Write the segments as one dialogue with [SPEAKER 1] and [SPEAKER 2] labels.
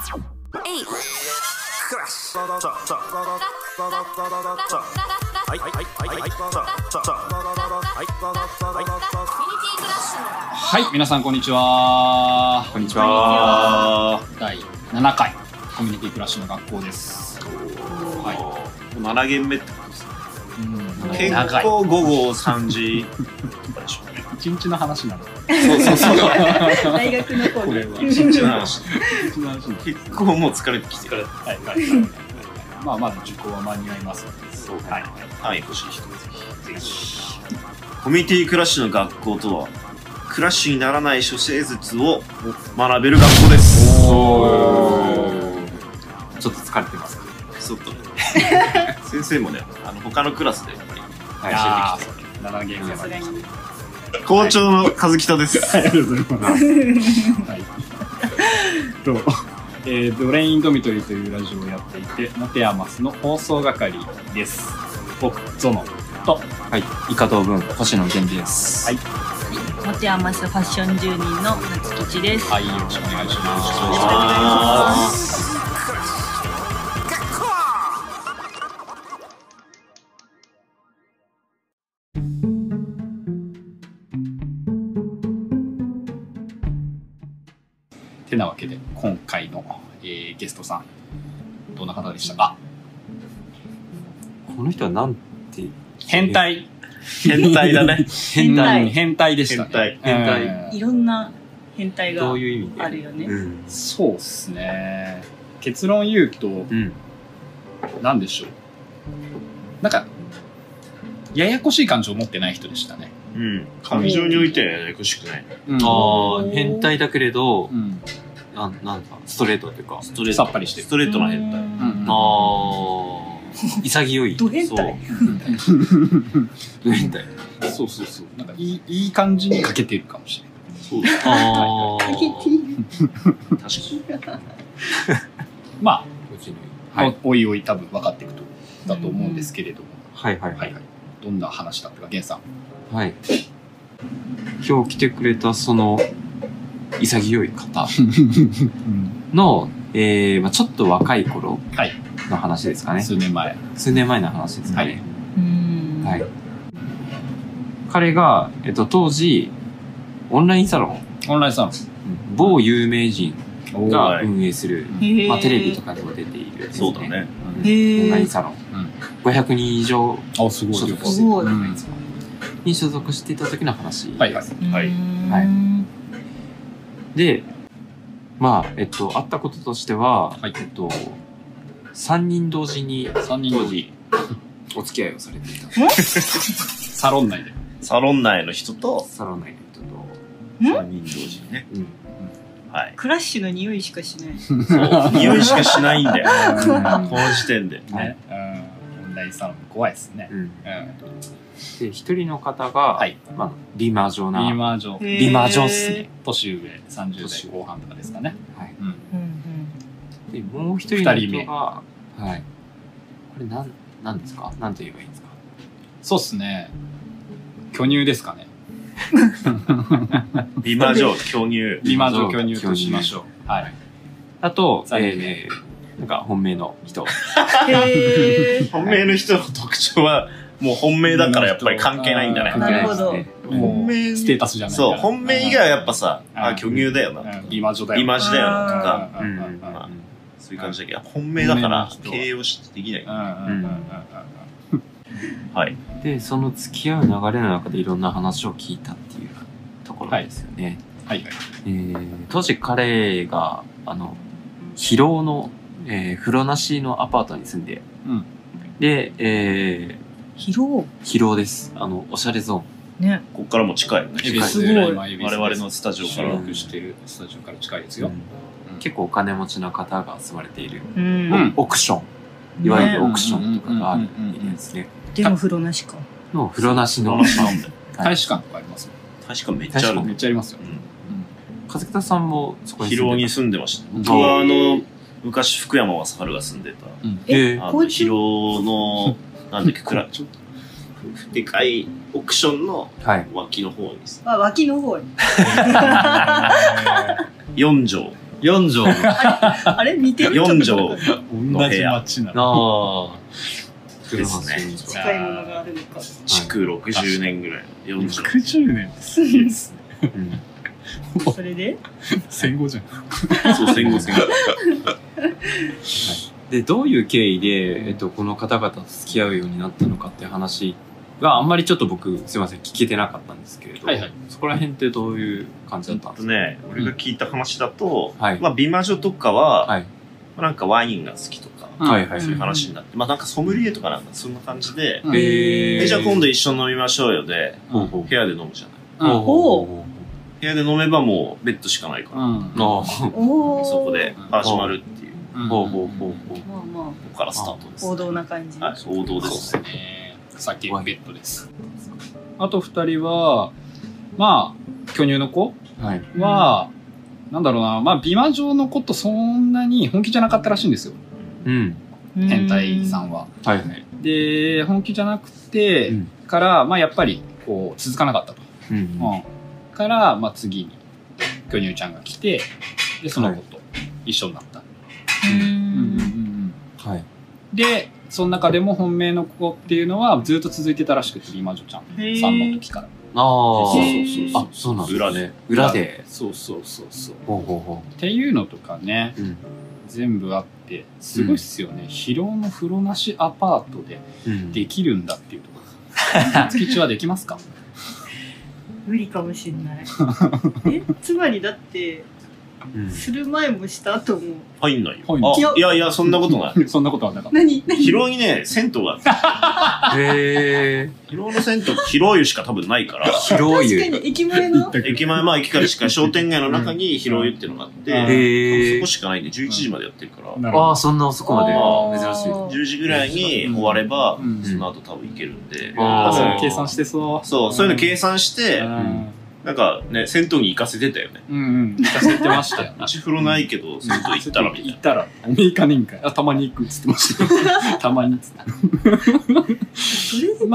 [SPEAKER 1] eight,
[SPEAKER 2] クラッシュさあさあはいはいはいはいさあさあさあはいはい
[SPEAKER 3] はい、皆さんこんにちは。こんにちは。第7回コミュニティクラッシュの学校です。は
[SPEAKER 4] 7軒目ってことですね
[SPEAKER 3] い。うん
[SPEAKER 4] 結
[SPEAKER 3] 長い。
[SPEAKER 4] 構午後3時とかでしょうね
[SPEAKER 3] 一日の話なの。
[SPEAKER 4] そうそうそう
[SPEAKER 5] 大学の
[SPEAKER 3] こ
[SPEAKER 5] 頃
[SPEAKER 3] れは
[SPEAKER 4] 一日の話
[SPEAKER 3] 一日の話なの。
[SPEAKER 4] 結構もう疲れてきてる
[SPEAKER 3] はいはいはい。まあまだ受講は間に合いますので。そうはい。
[SPEAKER 4] 単位欲しい人ぜひコミュニティクラッシュの学校とはクラッシュにならない諸生術を学べる学校です
[SPEAKER 6] ちょっと疲れてますか
[SPEAKER 4] ちょっとね先生もねあの他のクラ スでやっぱり
[SPEAKER 6] はい
[SPEAKER 3] あ
[SPEAKER 4] 教えてきて
[SPEAKER 3] あ、7ゲーム目まで来た。
[SPEAKER 4] 校長の和北です
[SPEAKER 3] はい、ありがとうございます。はい。と、えー、ブレインドミトリーというラジオをやっていて、ナテアマスの放送係です。僕、ゾノと、
[SPEAKER 6] はい、イカ同文、星野源です。
[SPEAKER 3] はい
[SPEAKER 5] 持て余すファッション住人の夏吉です。
[SPEAKER 3] はい、よろしくお願いします。てなわけで、今回の、えーゲストさん、どんな方でしたか
[SPEAKER 6] この人はなんて、
[SPEAKER 3] 変態。
[SPEAKER 4] 変態だね
[SPEAKER 6] 変態。
[SPEAKER 3] 変態でした、ね。
[SPEAKER 6] 変態変
[SPEAKER 3] うん
[SPEAKER 5] いろんな変態
[SPEAKER 6] ど
[SPEAKER 5] が
[SPEAKER 6] ういう意味で
[SPEAKER 5] あるよね。
[SPEAKER 6] ん。
[SPEAKER 3] そうっすね。結論言うと、
[SPEAKER 6] うん。
[SPEAKER 3] なんでしょう。なんか、ややこしい感情を持ってない人でしたね。
[SPEAKER 4] うん感情においてはややこしくない
[SPEAKER 3] うん
[SPEAKER 6] ああ、変態だけれど
[SPEAKER 3] う、ん。
[SPEAKER 6] あなんだ、ストレートっていうか。
[SPEAKER 4] ストレー
[SPEAKER 3] さ
[SPEAKER 4] ト
[SPEAKER 3] っぱりしてる
[SPEAKER 4] ストレートな変態
[SPEAKER 5] 変
[SPEAKER 6] ああ、潔い。
[SPEAKER 5] ド変態
[SPEAKER 6] そう ド変態。
[SPEAKER 3] そうそうそう。なんか、いい、いい感じに欠けてるかもしれない。
[SPEAKER 4] そうだ
[SPEAKER 6] ああ。
[SPEAKER 4] 確かに
[SPEAKER 3] ま
[SPEAKER 6] こっちに
[SPEAKER 3] あ、
[SPEAKER 6] はい。
[SPEAKER 3] おおいおい多分分かっていくと、だと思うんですけれども。
[SPEAKER 6] はいはいは
[SPEAKER 3] はい
[SPEAKER 6] い。
[SPEAKER 3] はい。どんな話だったか、ゲンさん。
[SPEAKER 6] はい。今日来てくれたその、潔い方の、えー、まあちょっと若い頃
[SPEAKER 3] はい
[SPEAKER 6] の話ですかね。
[SPEAKER 3] 数年前。
[SPEAKER 6] 数年前の話ですかね。
[SPEAKER 5] うん
[SPEAKER 6] はい。彼が、えっと、当時、オンラインサロン、
[SPEAKER 3] オンラインサロ
[SPEAKER 6] 某有名人
[SPEAKER 3] ン。
[SPEAKER 4] は
[SPEAKER 6] が
[SPEAKER 4] い
[SPEAKER 6] 運営する、
[SPEAKER 5] へえ
[SPEAKER 6] まあ、テレビとかでも出ている、
[SPEAKER 4] そうだ。ね
[SPEAKER 6] うん
[SPEAKER 5] へえ
[SPEAKER 6] オンラインサロン。500人以上
[SPEAKER 3] あ、すごい。
[SPEAKER 6] 所属し
[SPEAKER 5] す
[SPEAKER 6] てる
[SPEAKER 5] ご
[SPEAKER 6] オ
[SPEAKER 5] い
[SPEAKER 6] ンラインサロンに所属していた時の話。
[SPEAKER 3] はいはい。
[SPEAKER 4] はい
[SPEAKER 6] はい
[SPEAKER 5] うん
[SPEAKER 6] で、まあ、えっと、あったこととしては、
[SPEAKER 3] はい
[SPEAKER 6] えっと、3人同時に
[SPEAKER 3] 三人同時、
[SPEAKER 6] お付き合いをされていた。
[SPEAKER 3] サロン内で。
[SPEAKER 4] サロン内の人と
[SPEAKER 6] サロン内の人と、
[SPEAKER 4] 3人同時にね
[SPEAKER 6] うん。
[SPEAKER 4] はい
[SPEAKER 5] クラッシュの匂いしかしない。
[SPEAKER 4] そう匂いしかしないんだよこ
[SPEAKER 6] は
[SPEAKER 4] の時点で
[SPEAKER 6] い
[SPEAKER 3] ね。うん。オンラインサロン怖いですね
[SPEAKER 6] う。ん
[SPEAKER 3] うん。
[SPEAKER 6] で、一人の方が、
[SPEAKER 3] はい
[SPEAKER 6] まあ、リマ状
[SPEAKER 3] ビ
[SPEAKER 6] な、
[SPEAKER 3] ーマー上。
[SPEAKER 5] へえ
[SPEAKER 6] 美魔女っすね。
[SPEAKER 3] 年上、30
[SPEAKER 6] 年
[SPEAKER 3] 代後半とかですかね。
[SPEAKER 6] はい、
[SPEAKER 3] うん。
[SPEAKER 5] うん
[SPEAKER 6] で、もう一人の人が、はい。これ、なん、なんですかなんて言えばいいんですか
[SPEAKER 3] そうっすね。巨乳ですかね。
[SPEAKER 4] 美魔女巨乳
[SPEAKER 3] 美魔女
[SPEAKER 6] 美魔
[SPEAKER 3] 巨
[SPEAKER 6] 女
[SPEAKER 3] 乳としましょう。はい。
[SPEAKER 6] あと、
[SPEAKER 3] 残念
[SPEAKER 6] えー、なんか、本命の人。
[SPEAKER 5] うん。へえ。
[SPEAKER 4] 本命の人の特徴はもう本命だからやっぱり関係ないんだね
[SPEAKER 3] 関係ないです
[SPEAKER 5] な
[SPEAKER 6] る
[SPEAKER 5] る
[SPEAKER 3] ねも
[SPEAKER 4] 本
[SPEAKER 3] う、
[SPEAKER 4] 命
[SPEAKER 3] ステータスじゃない
[SPEAKER 4] そう本命以外はやっぱ
[SPEAKER 3] さ、
[SPEAKER 4] さあ巨乳だよな
[SPEAKER 3] うん美魔女だよ。
[SPEAKER 4] 美魔女だよなとか
[SPEAKER 3] う
[SPEAKER 6] うんん
[SPEAKER 3] う
[SPEAKER 6] うんん
[SPEAKER 3] う
[SPEAKER 6] う
[SPEAKER 3] う
[SPEAKER 6] ん
[SPEAKER 3] ん
[SPEAKER 6] ん
[SPEAKER 3] うん
[SPEAKER 4] そういう感じだけど本命だから
[SPEAKER 3] 本命の人は
[SPEAKER 4] 形容しできない
[SPEAKER 3] うんうんうん
[SPEAKER 4] はい
[SPEAKER 6] でその付き合う流れの中でいろんな話を聞いたっていうところですよね、
[SPEAKER 3] はいはい。
[SPEAKER 6] えー当時彼があの広尾の、えー風呂なしのアパートに住んで、
[SPEAKER 3] うん
[SPEAKER 6] で、え
[SPEAKER 5] 広
[SPEAKER 6] ー、広尾ですあのおしゃれゾ
[SPEAKER 5] いね。
[SPEAKER 4] こっからも近いよね
[SPEAKER 3] 恵比
[SPEAKER 5] す
[SPEAKER 3] 寿
[SPEAKER 5] ごい
[SPEAKER 3] 今恵比寿です
[SPEAKER 4] 我々のスタジオか
[SPEAKER 3] 収
[SPEAKER 4] ら
[SPEAKER 3] 録してるスタジオから近いです
[SPEAKER 6] ーン、
[SPEAKER 3] よ。
[SPEAKER 6] うん結構お金持ちの方が住まれている、
[SPEAKER 5] う
[SPEAKER 6] オ
[SPEAKER 5] ん。
[SPEAKER 6] オークションいわゆる
[SPEAKER 5] ね
[SPEAKER 6] オークションとかがあるって
[SPEAKER 3] うんうんうんうん
[SPEAKER 6] いうですね
[SPEAKER 5] でも風呂なしか。
[SPEAKER 6] の風呂なしの
[SPEAKER 4] 話なんだよ
[SPEAKER 3] 大使館とかありますよ
[SPEAKER 4] 確かめっちゃある
[SPEAKER 6] 確
[SPEAKER 3] めっちゃありますよ。
[SPEAKER 6] 和北さんもそこに
[SPEAKER 4] 広尾
[SPEAKER 6] んで
[SPEAKER 4] に
[SPEAKER 6] た
[SPEAKER 4] 住んでました
[SPEAKER 6] うん
[SPEAKER 4] 僕はあの昔福山雅治が住んでた
[SPEAKER 6] えー
[SPEAKER 4] あ
[SPEAKER 5] こ
[SPEAKER 4] の
[SPEAKER 5] いつ
[SPEAKER 4] 広尾の なんだっけクラ
[SPEAKER 3] ちょっ
[SPEAKER 4] でかいオークションの
[SPEAKER 6] はい
[SPEAKER 4] 脇の方にさ
[SPEAKER 5] あ、脇の方に。
[SPEAKER 3] と。
[SPEAKER 4] 4畳
[SPEAKER 6] 四畳の。あ
[SPEAKER 5] あれ似て る
[SPEAKER 4] 4
[SPEAKER 5] ちょっと
[SPEAKER 4] 畳
[SPEAKER 3] 同じ街なの。
[SPEAKER 6] あ。
[SPEAKER 4] ですね
[SPEAKER 3] あ
[SPEAKER 5] 近いものがあるのか。
[SPEAKER 4] 築60年ぐらい。4畳。
[SPEAKER 3] 60年ってすげえっすね。
[SPEAKER 6] うん
[SPEAKER 5] それで
[SPEAKER 3] 戦後じゃん。
[SPEAKER 4] そう、戦後 戦後。
[SPEAKER 6] で、どういう経緯で、えっと、この方々と付き合うようになったのかって話があんまりちょっと僕、すいません、聞けてなかったんですけれど、
[SPEAKER 3] はいはい
[SPEAKER 6] そこら辺ってどういう感じだったん
[SPEAKER 4] あ
[SPEAKER 6] で
[SPEAKER 4] と
[SPEAKER 6] すか、
[SPEAKER 4] ね、俺が聞いた話だと、
[SPEAKER 6] はい
[SPEAKER 4] まあ、美魔女とかは、
[SPEAKER 6] はい。
[SPEAKER 4] まあなんかワインが好きとか、
[SPEAKER 6] はいはい。
[SPEAKER 4] そういう話になって、まあ、なんかソムリエとかなんか、そんな感じで、
[SPEAKER 3] うん
[SPEAKER 6] え
[SPEAKER 4] え、じゃあ今度一緒に飲みましょうよで、
[SPEAKER 6] ほうほう
[SPEAKER 4] 部屋で飲むじゃない。
[SPEAKER 3] うん
[SPEAKER 5] ほ
[SPEAKER 4] 部屋で飲めばもうベッドしかないから、
[SPEAKER 3] ん
[SPEAKER 6] あ
[SPEAKER 5] おお。
[SPEAKER 4] そこで
[SPEAKER 3] うん
[SPEAKER 4] 始まるっていう、
[SPEAKER 3] うん
[SPEAKER 6] ほうほうほうほう。
[SPEAKER 5] まあま
[SPEAKER 4] ここからスタートで
[SPEAKER 5] あ、
[SPEAKER 4] す。
[SPEAKER 5] 王道な感じ。
[SPEAKER 4] はい、王道です。
[SPEAKER 3] そうですね。酒ベッドです。あと二人は、まあ、巨乳の子
[SPEAKER 6] はい。
[SPEAKER 3] は、なんだろうな、まあ、美魔女の子とそんなに本気じゃなかったらしいんですよ。
[SPEAKER 6] うん。
[SPEAKER 5] うん
[SPEAKER 3] 変態さん。は。
[SPEAKER 6] はいはい。
[SPEAKER 3] で、本気じゃなくて
[SPEAKER 6] うん、
[SPEAKER 3] から、まあ、やっぱり、こう、続かなかったと。
[SPEAKER 6] うん
[SPEAKER 3] うん。から、まあ、次に、巨乳ちゃんが来て、で、その子と一緒になった。
[SPEAKER 5] うん
[SPEAKER 3] ん。
[SPEAKER 6] はい。
[SPEAKER 3] で、その中でも本命の子っていうのはずっと続いてたらしくて、美魔女ちゃん
[SPEAKER 5] へー
[SPEAKER 3] さんの時から。
[SPEAKER 6] ああ。
[SPEAKER 4] そう
[SPEAKER 5] ー
[SPEAKER 6] あ、そうなんですね
[SPEAKER 4] 裏で。
[SPEAKER 6] 裏で。
[SPEAKER 3] そうそうそうそう。
[SPEAKER 6] ほうほうほ
[SPEAKER 3] っていうのとかね、
[SPEAKER 6] う。うん。
[SPEAKER 3] 全部あって、すごいっすよね。疲労の風呂なしアパートで
[SPEAKER 6] うん
[SPEAKER 3] できるんだっていうところ。月中はできますか
[SPEAKER 5] 無理かもしれない。え、つまりだって、
[SPEAKER 6] うん
[SPEAKER 5] する前もした後も。
[SPEAKER 4] 入んないよ。
[SPEAKER 3] 入んない
[SPEAKER 4] あ、いやいや、そんなことない。
[SPEAKER 3] い。そんなことはなかっ
[SPEAKER 5] 何
[SPEAKER 4] 広尾にね、銭湯があって、
[SPEAKER 6] へえ。
[SPEAKER 4] 広尾の銭湯、広尾湯しか多分ないから、
[SPEAKER 6] 広い
[SPEAKER 5] 確
[SPEAKER 6] 湯
[SPEAKER 5] か。に駅前の
[SPEAKER 3] た。
[SPEAKER 4] 駅前、まあ駅からしか商店街の中に広尾湯っていうのがあって、
[SPEAKER 3] うん
[SPEAKER 6] へ
[SPEAKER 4] そ
[SPEAKER 6] え
[SPEAKER 4] こ。しかないんで、11時までやってるから、
[SPEAKER 3] なる
[SPEAKER 6] あ
[SPEAKER 3] ほ
[SPEAKER 6] あ、そんな遅くまで
[SPEAKER 5] あ。ー
[SPEAKER 6] 珍しい。
[SPEAKER 4] 10時ぐらいに終われば、
[SPEAKER 3] ど。うん
[SPEAKER 4] その後多分行けるんで、
[SPEAKER 3] あ
[SPEAKER 6] あ
[SPEAKER 3] そ
[SPEAKER 6] ー
[SPEAKER 3] う計算してそう。
[SPEAKER 4] そう、そういうの計算して、
[SPEAKER 3] うん
[SPEAKER 4] なんかね、銭湯に行かせてたよね。
[SPEAKER 3] うんうん。行かせてま したよ。
[SPEAKER 4] うち風呂ないけど、銭湯行ったらみたい
[SPEAKER 3] 行
[SPEAKER 4] な
[SPEAKER 3] っ。たら、おめえ行かねえんかい。あ、たまに行くっつってましたよ。たまにっつって。
[SPEAKER 5] それでできるん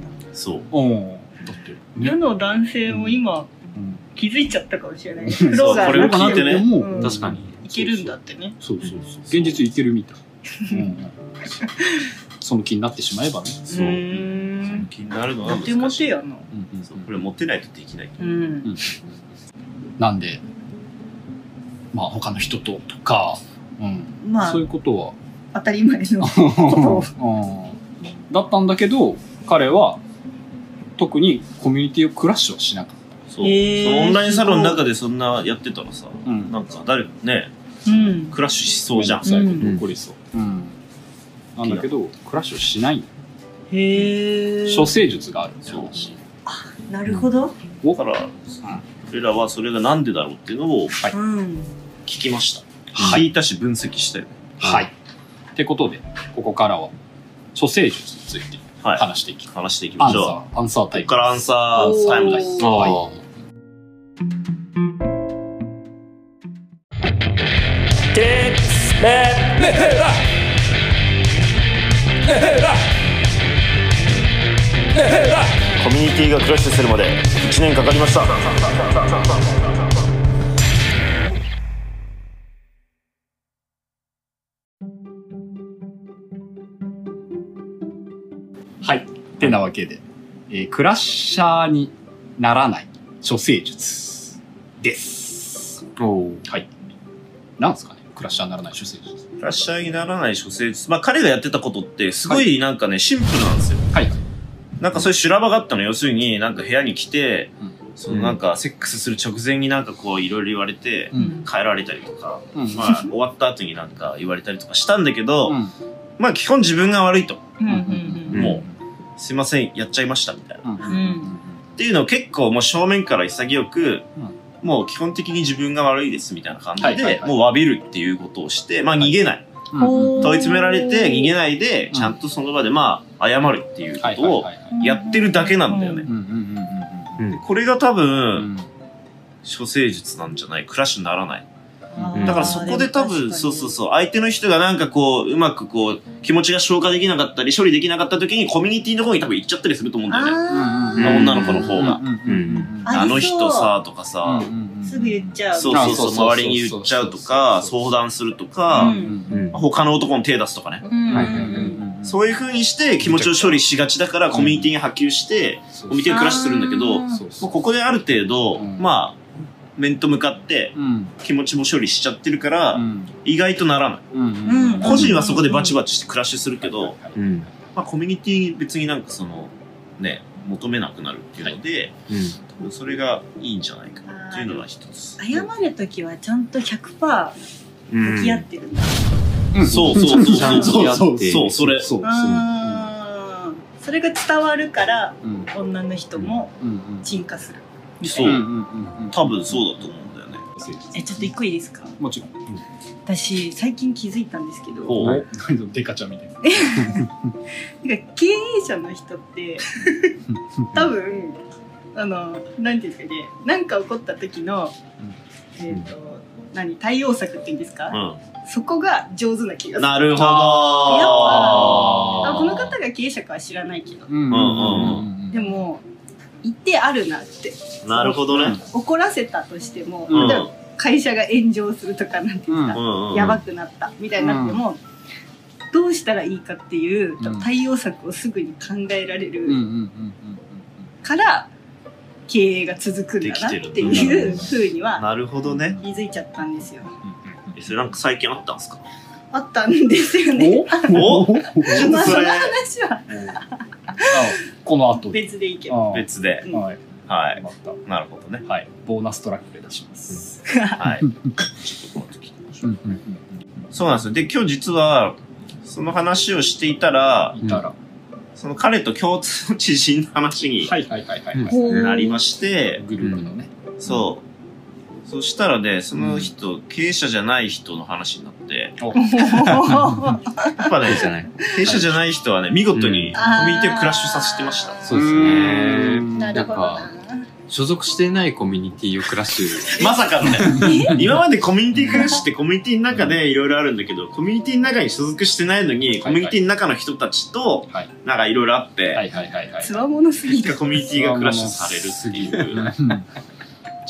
[SPEAKER 5] だ。
[SPEAKER 4] そう。
[SPEAKER 3] うん。だって、
[SPEAKER 5] 世
[SPEAKER 3] ね。
[SPEAKER 5] の男性も今
[SPEAKER 3] うん
[SPEAKER 5] 気づいちゃったかもしれない。苦労が
[SPEAKER 4] そ
[SPEAKER 5] あ
[SPEAKER 4] うこれ
[SPEAKER 5] る
[SPEAKER 4] を聞いてね
[SPEAKER 3] も
[SPEAKER 5] うん
[SPEAKER 6] 確かに。
[SPEAKER 5] いけるんだってね。
[SPEAKER 3] そうそうそう。現実いけるみたい。うんその気になってしまえばね。
[SPEAKER 5] うーん。
[SPEAKER 4] 気になるのは
[SPEAKER 5] モ
[SPEAKER 4] 難し
[SPEAKER 5] テ
[SPEAKER 4] い。
[SPEAKER 5] モテやな。
[SPEAKER 4] そうこれ持ってないとできない。
[SPEAKER 5] うん。
[SPEAKER 3] なんで、まあ他の人ととか、うん
[SPEAKER 5] まあ
[SPEAKER 3] そうい、うことは、
[SPEAKER 5] 当たり前の。
[SPEAKER 3] うんだったんだけど、彼は特にコミュニティをクラッシュはしなかっ
[SPEAKER 4] そう。
[SPEAKER 5] へー
[SPEAKER 4] そのオンラインサロンの中でそんなやってたらさ、
[SPEAKER 3] た。うん
[SPEAKER 4] なんか誰かね、
[SPEAKER 5] うん。
[SPEAKER 4] クラッシュしそうじゃん。
[SPEAKER 3] 最後
[SPEAKER 5] うん
[SPEAKER 3] 残りそう。うんなんだけど、クラッシュしない。
[SPEAKER 5] へえ。
[SPEAKER 3] 処世術があるんだ
[SPEAKER 4] そう
[SPEAKER 3] よ。。
[SPEAKER 5] なるほど。
[SPEAKER 4] だから、俺らはそれがなんでだろうっていうのを聞
[SPEAKER 5] うん。
[SPEAKER 4] きました。
[SPEAKER 3] は
[SPEAKER 4] 聞いたし分析したよね。
[SPEAKER 3] はい。ってことで、ここからは、処世術について
[SPEAKER 4] はい。
[SPEAKER 3] 話していきま
[SPEAKER 4] 話していき
[SPEAKER 3] ア
[SPEAKER 4] ま
[SPEAKER 3] ン
[SPEAKER 4] し
[SPEAKER 3] サ
[SPEAKER 4] ょ
[SPEAKER 3] ー、アンサー
[SPEAKER 4] う。こ
[SPEAKER 3] タイ
[SPEAKER 4] こ
[SPEAKER 3] ム。
[SPEAKER 4] からアンサータイムだい。
[SPEAKER 5] おー
[SPEAKER 6] あ
[SPEAKER 2] コミュニティがクラッシュするまで1年かかりました
[SPEAKER 3] はい。ってなわけで、えークラッシャーにならない処世術です。
[SPEAKER 6] あ。おー
[SPEAKER 3] はい。なんですかねクラッシャーにならない処世術。
[SPEAKER 4] クラッシャーにならない処世術。まあ彼がやってたことって、すごいなんかね、シンプルなんですよ。
[SPEAKER 3] はい。
[SPEAKER 4] なんかそういう修羅場があったの。要するに、なんか部屋に来て、
[SPEAKER 3] うん
[SPEAKER 4] そのなんかセックスする直前になんかこういろいろ言われて、
[SPEAKER 3] うん。
[SPEAKER 4] 帰られたりとか、
[SPEAKER 3] うん。
[SPEAKER 4] まあ終わった後になんか言われたりとかしたんだけど、
[SPEAKER 3] うん。
[SPEAKER 4] まあ基本自分が悪いと。
[SPEAKER 5] うん
[SPEAKER 6] うん
[SPEAKER 4] もう、すいません、やっちゃいましたみたいな。
[SPEAKER 3] うん。
[SPEAKER 5] う
[SPEAKER 3] うん。
[SPEAKER 5] うんん。
[SPEAKER 4] っていうのを結構もう正面から潔く、もう基本的に自分が悪いですみたいな感じで、
[SPEAKER 3] はいはいはい
[SPEAKER 4] もう詫びるっていうことをして、まあ逃げない。
[SPEAKER 3] うん。
[SPEAKER 4] 問い詰められて逃げ
[SPEAKER 5] ない
[SPEAKER 4] ないで、
[SPEAKER 3] ん
[SPEAKER 4] ちゃんとその場でまあ謝るっていうことを
[SPEAKER 3] い。
[SPEAKER 4] やってるだけなんだよね。
[SPEAKER 3] うん。うん。うん。
[SPEAKER 6] うん
[SPEAKER 4] でこれが多
[SPEAKER 3] うん。う
[SPEAKER 4] 分、
[SPEAKER 3] ん。
[SPEAKER 4] 処世術なんじゃないクラッシュにならない。
[SPEAKER 6] うん
[SPEAKER 4] だからそこで多分、そうそうそう、相手の人がなんかこう、うまくこう、気持ちが消化できなかったり、処理できなかった時にコミュニティの方に多分行っちゃったりすると思うんだよね。
[SPEAKER 5] あ
[SPEAKER 3] うん
[SPEAKER 5] ー
[SPEAKER 4] 女の子の方が。
[SPEAKER 3] うん。うん。うん。
[SPEAKER 5] あ
[SPEAKER 4] あの人
[SPEAKER 5] あ
[SPEAKER 4] さ、とか
[SPEAKER 3] う
[SPEAKER 4] さ、
[SPEAKER 3] ん。
[SPEAKER 5] すぐ言っちゃう。
[SPEAKER 4] そううそ
[SPEAKER 3] あそう
[SPEAKER 4] うそう、
[SPEAKER 3] そうそう
[SPEAKER 4] 周りに言っちゃうとか、
[SPEAKER 3] そうそうそう
[SPEAKER 4] 相談するとか、
[SPEAKER 5] ん
[SPEAKER 6] うん
[SPEAKER 4] 他の男に手出すとかね。
[SPEAKER 5] うん
[SPEAKER 6] はいはいはい
[SPEAKER 4] そういう風にして気持ちを処理しがちだから、
[SPEAKER 3] ん
[SPEAKER 4] コミュニティに波及して、コミュニティで暮らしするんだけど、
[SPEAKER 5] あ
[SPEAKER 4] も
[SPEAKER 5] ー
[SPEAKER 3] そう
[SPEAKER 4] うここである程度、
[SPEAKER 3] うん
[SPEAKER 4] まあ、面と向かって
[SPEAKER 3] うん
[SPEAKER 4] 気持ちも処理しちゃってるから、
[SPEAKER 3] うん
[SPEAKER 4] 意外とならない。
[SPEAKER 3] うん
[SPEAKER 4] 個人はそこでバチバチしてクラッシュするけど、
[SPEAKER 6] うん。
[SPEAKER 4] まあコミュニティに別になんかその、ね、求めなくなるっていうので、
[SPEAKER 6] う
[SPEAKER 4] 多分それがいいんじゃないかなっていうのが一つ。
[SPEAKER 5] 謝るときはちゃんと100%
[SPEAKER 6] ん。
[SPEAKER 5] 向き合ってるん
[SPEAKER 3] う
[SPEAKER 5] だ。
[SPEAKER 3] ん
[SPEAKER 4] そうそうそう
[SPEAKER 6] ちゃ
[SPEAKER 4] そ
[SPEAKER 6] ん
[SPEAKER 4] う
[SPEAKER 6] と
[SPEAKER 4] そう。
[SPEAKER 6] やって
[SPEAKER 4] そうそれ
[SPEAKER 3] そうそう
[SPEAKER 5] あーそれが伝わるから、
[SPEAKER 3] うん
[SPEAKER 5] 女の人も
[SPEAKER 3] うんうん
[SPEAKER 5] 沈下する。
[SPEAKER 4] そう
[SPEAKER 3] うんうんうんうん
[SPEAKER 4] 多分そうだと思うんだよね。
[SPEAKER 5] え、ちょっと一個いいですか
[SPEAKER 3] もちろん
[SPEAKER 5] 私、最近気づいたんですけど、
[SPEAKER 4] こう。
[SPEAKER 3] 何ぞデカちゃんみたいな
[SPEAKER 5] なんか経営者の人って、多分、あの、なんていうんですかね、なんか起こった時の、えっ、と、何、対応策っていうんですか、そこが上手な気
[SPEAKER 4] う
[SPEAKER 5] が
[SPEAKER 4] ん。
[SPEAKER 5] する。
[SPEAKER 4] なるほど。
[SPEAKER 5] あこの
[SPEAKER 4] あ
[SPEAKER 5] 方が経営者かは知らないけど。
[SPEAKER 3] うんうん
[SPEAKER 5] でも、言ってあるなって。
[SPEAKER 4] なるほどね。
[SPEAKER 5] 怒らせたとしても、
[SPEAKER 4] うん。うん
[SPEAKER 5] 例えば会社が炎上するとかなんていうんですか、
[SPEAKER 4] うん。
[SPEAKER 5] やばくなったみたいになっても、どうしたらいいかっていう
[SPEAKER 3] うん
[SPEAKER 5] 対応策をすぐに考えられ
[SPEAKER 3] うんうんう
[SPEAKER 5] る
[SPEAKER 3] ん
[SPEAKER 5] から、経営が続くんだなって
[SPEAKER 4] できて
[SPEAKER 5] い
[SPEAKER 4] る
[SPEAKER 5] うふうには
[SPEAKER 4] なるほどね。
[SPEAKER 5] 気づいちゃったんですよ。
[SPEAKER 4] えそれなんか最近あったんですか
[SPEAKER 5] あったんですよ
[SPEAKER 3] うんうん
[SPEAKER 5] ね。
[SPEAKER 4] おちょっ
[SPEAKER 5] ま
[SPEAKER 4] と
[SPEAKER 5] あそ
[SPEAKER 4] そ
[SPEAKER 5] の
[SPEAKER 4] れ
[SPEAKER 5] 話は
[SPEAKER 3] この後
[SPEAKER 5] 別でいいけど。
[SPEAKER 3] あ
[SPEAKER 4] 別で。
[SPEAKER 5] うん
[SPEAKER 3] はい
[SPEAKER 4] はい。
[SPEAKER 3] また
[SPEAKER 4] なるほどね。
[SPEAKER 3] はいボーナストラックで出します
[SPEAKER 4] はい。ちょっとこの時聞きましょう。そうなんですよ。で、今日実は、その話をしていたら、
[SPEAKER 3] いたら
[SPEAKER 4] その彼と共通の知人の話に
[SPEAKER 3] はいはいはいはい
[SPEAKER 6] うん
[SPEAKER 4] なりまして、
[SPEAKER 3] グループのね
[SPEAKER 4] そう。そしたらね、その人、経営者じゃない人の話になって、 やっぱ
[SPEAKER 6] そう
[SPEAKER 4] ね
[SPEAKER 6] じ、ゃない。
[SPEAKER 4] 経営者じゃない人はね、見事に
[SPEAKER 6] うん
[SPEAKER 4] コミュニティをクラッシュさせてました。
[SPEAKER 6] そうですね。
[SPEAKER 5] なるほどな。
[SPEAKER 6] 所属してないコミュニティをクラッシュ。
[SPEAKER 4] まさかのね、今までコミュニティクラッシュってコミュニティの中でいろいろあるんだけど、コミュニティの中に所属してないのに、コミュニティの中の人たちと
[SPEAKER 3] はい、
[SPEAKER 4] なんかいろいろあっ
[SPEAKER 3] は
[SPEAKER 4] て、
[SPEAKER 3] いはいはいはい
[SPEAKER 5] つわものすぎ
[SPEAKER 4] 結
[SPEAKER 5] る。
[SPEAKER 4] 果コミュニティがクラッシュされるっていう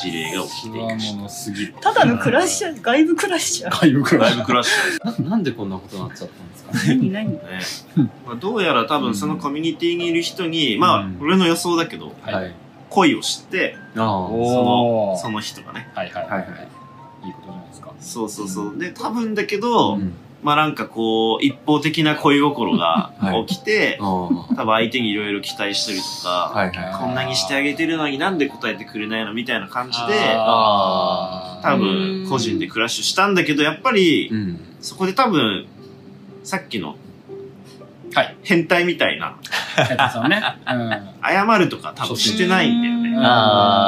[SPEAKER 4] 事例が起きていました。
[SPEAKER 3] ものすぎる
[SPEAKER 5] ただのクラッシャー、外部クラッシャー。
[SPEAKER 3] 外部クラ
[SPEAKER 4] だい
[SPEAKER 3] ッ
[SPEAKER 4] ぶクラッシュ
[SPEAKER 6] ななんでこんなことになっちゃったんですかね。
[SPEAKER 5] 何何
[SPEAKER 4] だね。まあ、どうやら多分そのコミュニティにいる人に、まあ
[SPEAKER 6] うん、
[SPEAKER 4] 俺の予想だけど、
[SPEAKER 3] はい
[SPEAKER 6] い。
[SPEAKER 4] 恋を知って、
[SPEAKER 6] ああ。
[SPEAKER 3] おー
[SPEAKER 4] その、その人がね。
[SPEAKER 3] はいはい
[SPEAKER 6] は
[SPEAKER 3] はいい
[SPEAKER 6] はい。
[SPEAKER 3] いいことじゃないですか
[SPEAKER 4] そうそうそう。で、多分だけど、
[SPEAKER 6] うん
[SPEAKER 4] まあなんかこう、一方的な恋心が
[SPEAKER 6] はい
[SPEAKER 4] 起きて、
[SPEAKER 6] ああ。
[SPEAKER 4] 多分相手にいろいろ期待したりとか、
[SPEAKER 6] はいはい。
[SPEAKER 4] こんなにしてあげてるのになんで答えてくれないのみたいな感じで、
[SPEAKER 3] あー
[SPEAKER 4] 多分個人でクラッシュしたんだけど、やっぱり、
[SPEAKER 6] うん。
[SPEAKER 4] そこで多分、さっきの、
[SPEAKER 3] はい
[SPEAKER 4] 変態みたいな、
[SPEAKER 3] 斉藤さんねうん
[SPEAKER 4] 謝るとか多分してないんだよね。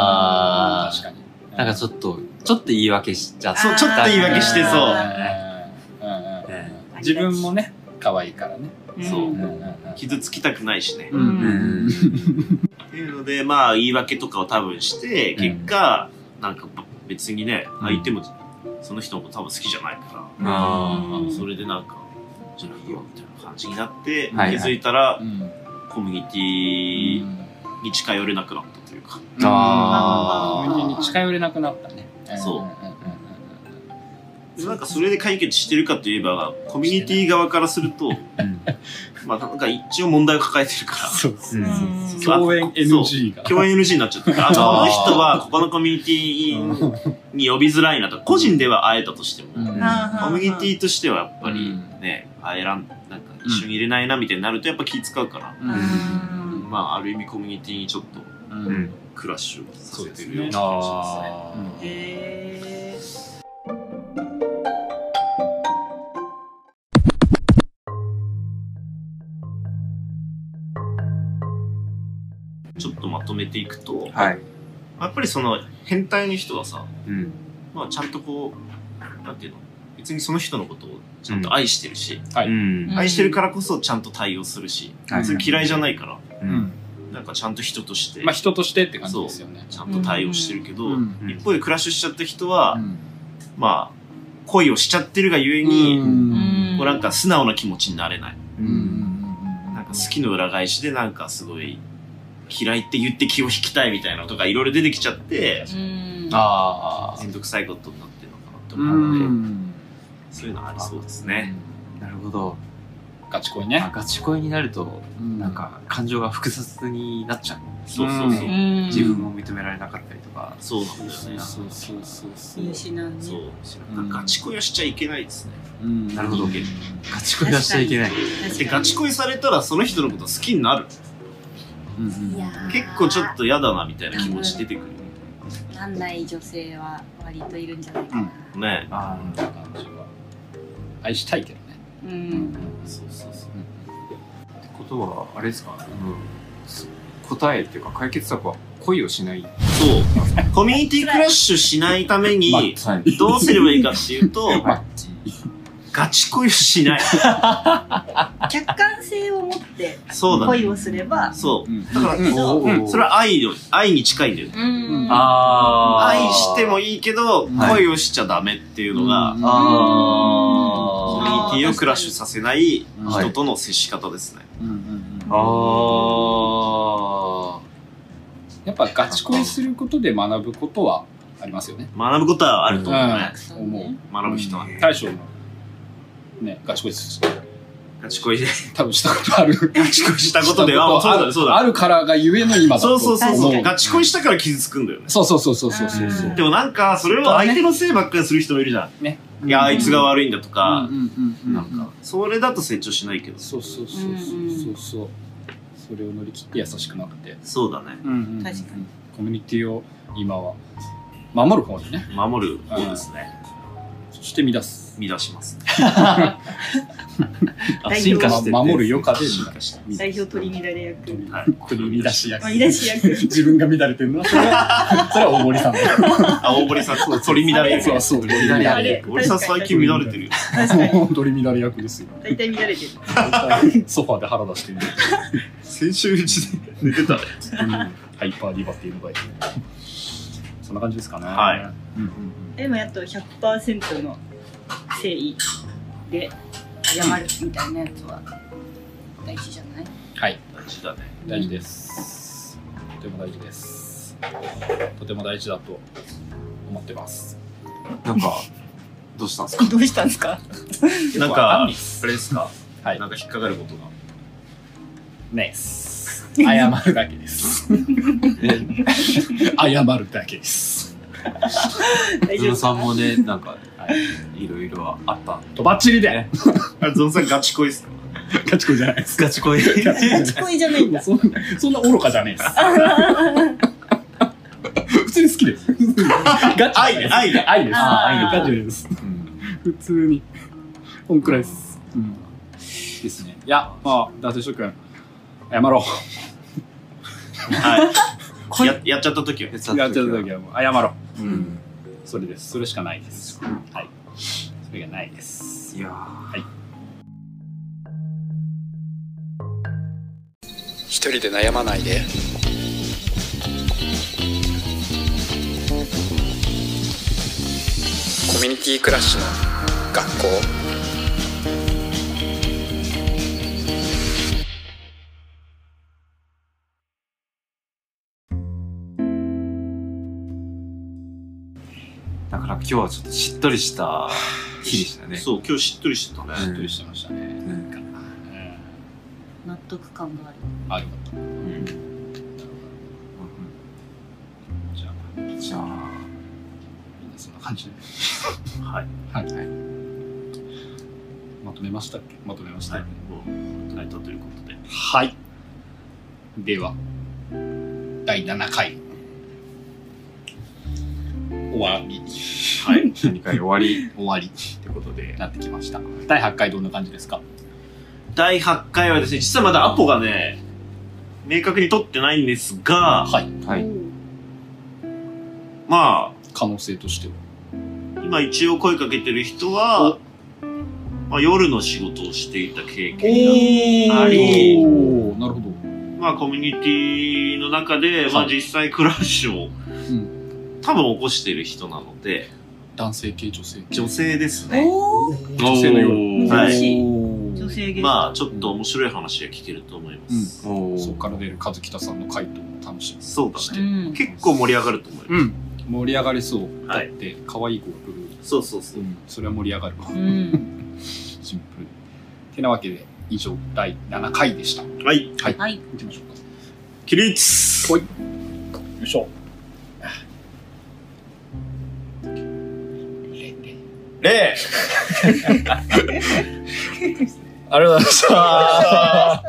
[SPEAKER 6] あ
[SPEAKER 3] 確かに
[SPEAKER 6] なんかちょっと、ちょっと言い訳しちゃった。
[SPEAKER 4] そうちょっと言い訳してそう
[SPEAKER 3] うんうんうんうん自分もね可愛いからね
[SPEAKER 4] そう
[SPEAKER 5] うん
[SPEAKER 3] うんうん
[SPEAKER 4] 傷つきたくないしね。
[SPEAKER 3] う
[SPEAKER 5] うん
[SPEAKER 3] ん
[SPEAKER 6] う
[SPEAKER 3] うん
[SPEAKER 6] ん。
[SPEAKER 4] っていうので、まあ、言い訳とかを多分して、結果、なんか別にね、相手も、その人も多分好きじゃないか
[SPEAKER 6] あ
[SPEAKER 4] ら、
[SPEAKER 5] うん
[SPEAKER 4] それでなんか、じゃあいいよ、みたいな感じになって、
[SPEAKER 6] はいはい
[SPEAKER 4] 気づいたら
[SPEAKER 3] う、ん
[SPEAKER 4] コミュニティに近寄れなくなったというか、
[SPEAKER 6] あ
[SPEAKER 5] ー
[SPEAKER 3] 人間に近寄れなくなったね
[SPEAKER 4] そうん
[SPEAKER 3] んん
[SPEAKER 4] でなんかそれで解決してるかといえば、コミュニティ側からすると、
[SPEAKER 6] あ。うん。
[SPEAKER 4] まあ、なんか一応問題を抱えてるから、
[SPEAKER 3] そうそう
[SPEAKER 5] うん
[SPEAKER 3] 共演 NG が
[SPEAKER 4] 共演 NG になっちゃったから、あこの人はここのコミュニティに呼びづらいなと、個人では会えたとしても、
[SPEAKER 3] うん
[SPEAKER 4] コミュニティとしてはやっぱり
[SPEAKER 3] うん
[SPEAKER 4] ね、会えらん、なんか一緒にいれないなみたいになるとやっぱ気使うから、
[SPEAKER 3] うん
[SPEAKER 5] うん
[SPEAKER 4] まあある意味コミュニティにちょっと
[SPEAKER 3] うん
[SPEAKER 6] うん。
[SPEAKER 4] クラッシュをさせて
[SPEAKER 3] そうです
[SPEAKER 4] るよう
[SPEAKER 3] ね
[SPEAKER 4] な感じですね。
[SPEAKER 6] ああ。
[SPEAKER 5] へー
[SPEAKER 4] ちょっとまとめていくと、
[SPEAKER 6] はい。
[SPEAKER 4] やっぱりその変態の人はさ、
[SPEAKER 6] うん。。
[SPEAKER 4] まあちゃんとこう、なんていうの、別にその人のことをちゃんと愛してるし、
[SPEAKER 3] うん
[SPEAKER 4] 愛してるからこそちゃんと対応するし、
[SPEAKER 6] はい
[SPEAKER 4] 別に嫌いじゃないから、
[SPEAKER 6] う
[SPEAKER 3] うんん。
[SPEAKER 4] なんかちゃんと人として、
[SPEAKER 3] まあ人としてって感じですよね
[SPEAKER 4] ちゃんと対応してるけど、
[SPEAKER 3] うん
[SPEAKER 4] 一方でクラッシュしちゃった人は、
[SPEAKER 3] うん
[SPEAKER 4] まあ、恋をしちゃってるがゆえに、
[SPEAKER 5] うん
[SPEAKER 4] こうなんか素直な気持ちになれない。
[SPEAKER 6] う
[SPEAKER 3] うん
[SPEAKER 6] ん。
[SPEAKER 4] なんか好きの裏返しでなんかすごい、嫌いって言って気を引きたいみたいなのとかいろいろ出てきちゃって、
[SPEAKER 5] うんうん
[SPEAKER 6] あ
[SPEAKER 4] めんどくさいことになってるのかなって
[SPEAKER 6] あ。
[SPEAKER 4] 思うので、
[SPEAKER 3] ん。
[SPEAKER 4] そういうのありそうですね。
[SPEAKER 6] なるほど。
[SPEAKER 3] ガチ恋
[SPEAKER 6] あ
[SPEAKER 3] ね。
[SPEAKER 6] ガチ恋になると、
[SPEAKER 3] な
[SPEAKER 6] なん、か感情が複雑になっちゃう。
[SPEAKER 4] そうそうそうう。
[SPEAKER 5] うん
[SPEAKER 6] 自分も認められなかったりとか。
[SPEAKER 4] そうなんだよね。
[SPEAKER 6] うそうそうそ
[SPEAKER 5] 見失うね
[SPEAKER 4] そう。
[SPEAKER 3] うん
[SPEAKER 4] ガチ恋はしちゃいけないですね。
[SPEAKER 3] うん
[SPEAKER 6] なるほど
[SPEAKER 3] うん
[SPEAKER 6] ガチ恋はしちゃいけない。
[SPEAKER 5] 確か
[SPEAKER 4] で、
[SPEAKER 5] に
[SPEAKER 4] ガチ恋されたらその人のこと好きになる。
[SPEAKER 3] うん
[SPEAKER 1] いやー
[SPEAKER 4] 結構ちょっと嫌だなみたいな気持ち出てくる。
[SPEAKER 1] なんない女性は割といるんじゃないかな、
[SPEAKER 4] ね
[SPEAKER 6] あ
[SPEAKER 3] うん感じは愛したいけどね。
[SPEAKER 5] う
[SPEAKER 3] うん
[SPEAKER 4] そうそうそう。
[SPEAKER 6] あ。ってことは、あれですか、うん、答えっていうか解決策は恋をしない。
[SPEAKER 4] そう。コミュニティクラッシュしないため
[SPEAKER 3] ま
[SPEAKER 4] に、
[SPEAKER 6] はい。
[SPEAKER 4] どうすればいいかっていうと、
[SPEAKER 6] はい
[SPEAKER 4] ガチ恋をしない。
[SPEAKER 5] 客観性を持って
[SPEAKER 4] そうだね。
[SPEAKER 5] 恋をすれば
[SPEAKER 4] そう。
[SPEAKER 3] うん
[SPEAKER 4] だから、
[SPEAKER 6] うん
[SPEAKER 4] それは愛の、愛に近いんだよね。
[SPEAKER 5] うん。
[SPEAKER 6] あー
[SPEAKER 4] 愛してもいいけど、
[SPEAKER 6] はい
[SPEAKER 4] 恋をしちゃダメっていうのが、
[SPEAKER 3] うん
[SPEAKER 6] あ
[SPEAKER 4] コ
[SPEAKER 6] ー
[SPEAKER 4] ミュニティをクラッシュさせない
[SPEAKER 6] はい
[SPEAKER 4] 人との接し方ですね。
[SPEAKER 3] うんうんうん
[SPEAKER 6] あー
[SPEAKER 3] やっぱガチ恋することで学ぶことはありますよね。
[SPEAKER 4] 学ぶことはあると思うね。
[SPEAKER 3] うん、思
[SPEAKER 4] 学ぶ人は
[SPEAKER 3] う。
[SPEAKER 4] ね。
[SPEAKER 3] 大将もね、ガチ恋する
[SPEAKER 4] ガチ恋で、
[SPEAKER 3] 多分したことある。
[SPEAKER 4] ガチ恋したことで、あ、もう そうだね、そう
[SPEAKER 3] あ
[SPEAKER 4] だね。
[SPEAKER 3] るからがゆえの今だと
[SPEAKER 4] そう
[SPEAKER 3] 思
[SPEAKER 4] そうそう
[SPEAKER 3] う
[SPEAKER 4] そう。ガチ恋したから傷つくんだよね。
[SPEAKER 3] そうそうそうそうそうそうそううん
[SPEAKER 4] でもなんか、それを相手のせいばっかりする人もいるじゃん。
[SPEAKER 3] ね。
[SPEAKER 4] いや、あいつが悪いんだとか
[SPEAKER 3] う、んうんうんうん、
[SPEAKER 6] なん
[SPEAKER 3] か。
[SPEAKER 4] それだと成長しないけど。
[SPEAKER 3] そうそうそうそうそうそう。それを乗り切って優しくなって。
[SPEAKER 4] そうだね。
[SPEAKER 3] うんうんうん
[SPEAKER 5] 確かに。
[SPEAKER 3] コミュニティを今は守る方にね。
[SPEAKER 4] 守る方ですね。
[SPEAKER 3] そして乱す。
[SPEAKER 4] 乱しますね。
[SPEAKER 5] あ
[SPEAKER 6] 進化して
[SPEAKER 3] ま守る
[SPEAKER 6] よ。
[SPEAKER 3] 余暇で
[SPEAKER 4] 進化して
[SPEAKER 5] 代表取り乱れ役
[SPEAKER 3] 乱
[SPEAKER 4] はい。
[SPEAKER 3] 国乱し役。
[SPEAKER 5] まあ乱し役
[SPEAKER 3] 自分が乱れてるな。 それは、それは大森さんだよ。
[SPEAKER 4] あ、大堀さん、そう鳥乱れ役。
[SPEAKER 3] そうそう、鳥乱れ
[SPEAKER 5] あれ
[SPEAKER 3] 役。
[SPEAKER 4] 大堀さん最近乱れてるよ。
[SPEAKER 5] 確かに
[SPEAKER 3] 鳥乱れ役ですよ。
[SPEAKER 5] 大体乱れてる
[SPEAKER 3] ソファーで腹出してる。
[SPEAKER 4] 先週うちで寝てた。
[SPEAKER 3] ハイパーリバティの場合。そんな感じですかね。
[SPEAKER 4] はい
[SPEAKER 3] うんうん
[SPEAKER 5] でもやっと100%の誠意で謝るみたいなやつは大事じゃない
[SPEAKER 3] うん。はい。
[SPEAKER 4] 大事だね。
[SPEAKER 3] 大事です。とても大事です。とても大事だと思ってます。
[SPEAKER 6] なんか、どうしたんですか
[SPEAKER 5] どうしたんですか
[SPEAKER 4] な
[SPEAKER 3] よくわ
[SPEAKER 4] んか、
[SPEAKER 3] か
[SPEAKER 4] あ
[SPEAKER 3] んな
[SPEAKER 4] れ
[SPEAKER 3] い
[SPEAKER 4] ですか
[SPEAKER 3] はい
[SPEAKER 4] な。んか引っかかることが。
[SPEAKER 3] ねす。謝るだけ です。謝るだけです。
[SPEAKER 5] 大丈
[SPEAKER 6] ズム
[SPEAKER 5] 夫
[SPEAKER 6] さ
[SPEAKER 5] か
[SPEAKER 6] ん
[SPEAKER 5] な
[SPEAKER 6] もね、なんか、いろいろあった。
[SPEAKER 3] とばっちりで。
[SPEAKER 4] あれ、ゾンさんガチ恋ですか
[SPEAKER 3] ガチコじゃないです。
[SPEAKER 6] ガチ恋。
[SPEAKER 5] ガチ恋じゃないんだ
[SPEAKER 3] そんそんな愚かじゃね えです。普通に好きです。ガチ
[SPEAKER 4] 愛ね愛ね
[SPEAKER 3] 愛です。
[SPEAKER 5] あー
[SPEAKER 3] ガチです。普通に。こんくらいです。うん。ですね。いや、まあ、伊達諸君、謝ろ
[SPEAKER 4] はい。や、やっちゃった時は。
[SPEAKER 3] う。やっちゃった時はもう、謝ろう。
[SPEAKER 6] うん。
[SPEAKER 3] それです。それしかないです。はい。それがないです。
[SPEAKER 6] いやー
[SPEAKER 7] 一人で悩まないでコミュニティクラッシュの学校
[SPEAKER 6] だから今日はちょっとしっとりした日でしたね。
[SPEAKER 4] そう、今日しっとりしてたね。
[SPEAKER 3] しっとりしてましたね。
[SPEAKER 6] うん
[SPEAKER 3] うん
[SPEAKER 1] 納得感がある
[SPEAKER 3] あ、よかった。
[SPEAKER 6] うん
[SPEAKER 3] じゃあ、
[SPEAKER 6] じゃあ、
[SPEAKER 3] みんなそんな感じで。
[SPEAKER 4] はい。
[SPEAKER 3] はい。まとめましたっけまとめました
[SPEAKER 4] は
[SPEAKER 3] よ
[SPEAKER 4] い
[SPEAKER 3] ね。。
[SPEAKER 4] もう、答えたということで。
[SPEAKER 3] はい。では、第7回。終わり。
[SPEAKER 4] はい。
[SPEAKER 6] 2回終わ り
[SPEAKER 3] 終わり。
[SPEAKER 6] ってことで。
[SPEAKER 3] なってきました。第8回どんな感じですか
[SPEAKER 4] 第8回はですね、実はまだアポがね、明確に取ってないんですが、
[SPEAKER 3] はい。
[SPEAKER 6] はい。
[SPEAKER 4] ま
[SPEAKER 3] 可能性としては。
[SPEAKER 4] あ、今一応声かけてる人は、まあ、夜の仕事をしていた経験があり、
[SPEAKER 3] おーなるほど。
[SPEAKER 4] まあ、コミュニティの中で、まあ、
[SPEAKER 3] はい
[SPEAKER 4] 実際クラッシュを、
[SPEAKER 3] ん
[SPEAKER 4] 多分起こしてる人なので、
[SPEAKER 3] 男性系、女性系。
[SPEAKER 4] 女性ですね。
[SPEAKER 5] おお
[SPEAKER 3] 女性のよう
[SPEAKER 6] おー
[SPEAKER 4] はい
[SPEAKER 3] おー
[SPEAKER 5] 女性ゲスト、
[SPEAKER 4] まあ、ちょっと面白い話が聞けると思います。
[SPEAKER 6] おー
[SPEAKER 3] そこから出る和北さんの回答も楽しみ。
[SPEAKER 4] そうだ
[SPEAKER 3] し
[SPEAKER 4] ね。
[SPEAKER 3] て
[SPEAKER 1] ん
[SPEAKER 4] 結構盛り上がると思います。
[SPEAKER 3] うん。盛り上がりそう。
[SPEAKER 4] はい
[SPEAKER 3] だって、可愛い子が来る。
[SPEAKER 4] そうそうそうう。
[SPEAKER 3] ん、それは盛り上がるわ。
[SPEAKER 1] うん。
[SPEAKER 3] シンプル。てなわけで、以上、第7回でした。行
[SPEAKER 4] はい。
[SPEAKER 1] はい。
[SPEAKER 3] きましょうか。よ
[SPEAKER 4] 起立
[SPEAKER 3] いしょ。
[SPEAKER 8] 礼ありがとうございました。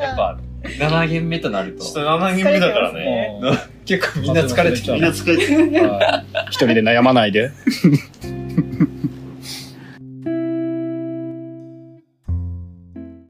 [SPEAKER 8] やっぱ、7限目となると
[SPEAKER 4] ちょっ、と7人目だからね。
[SPEAKER 8] 結構みんな疲れてきた
[SPEAKER 4] みん。な疲れてる。
[SPEAKER 8] はい
[SPEAKER 3] 一人で悩まないで。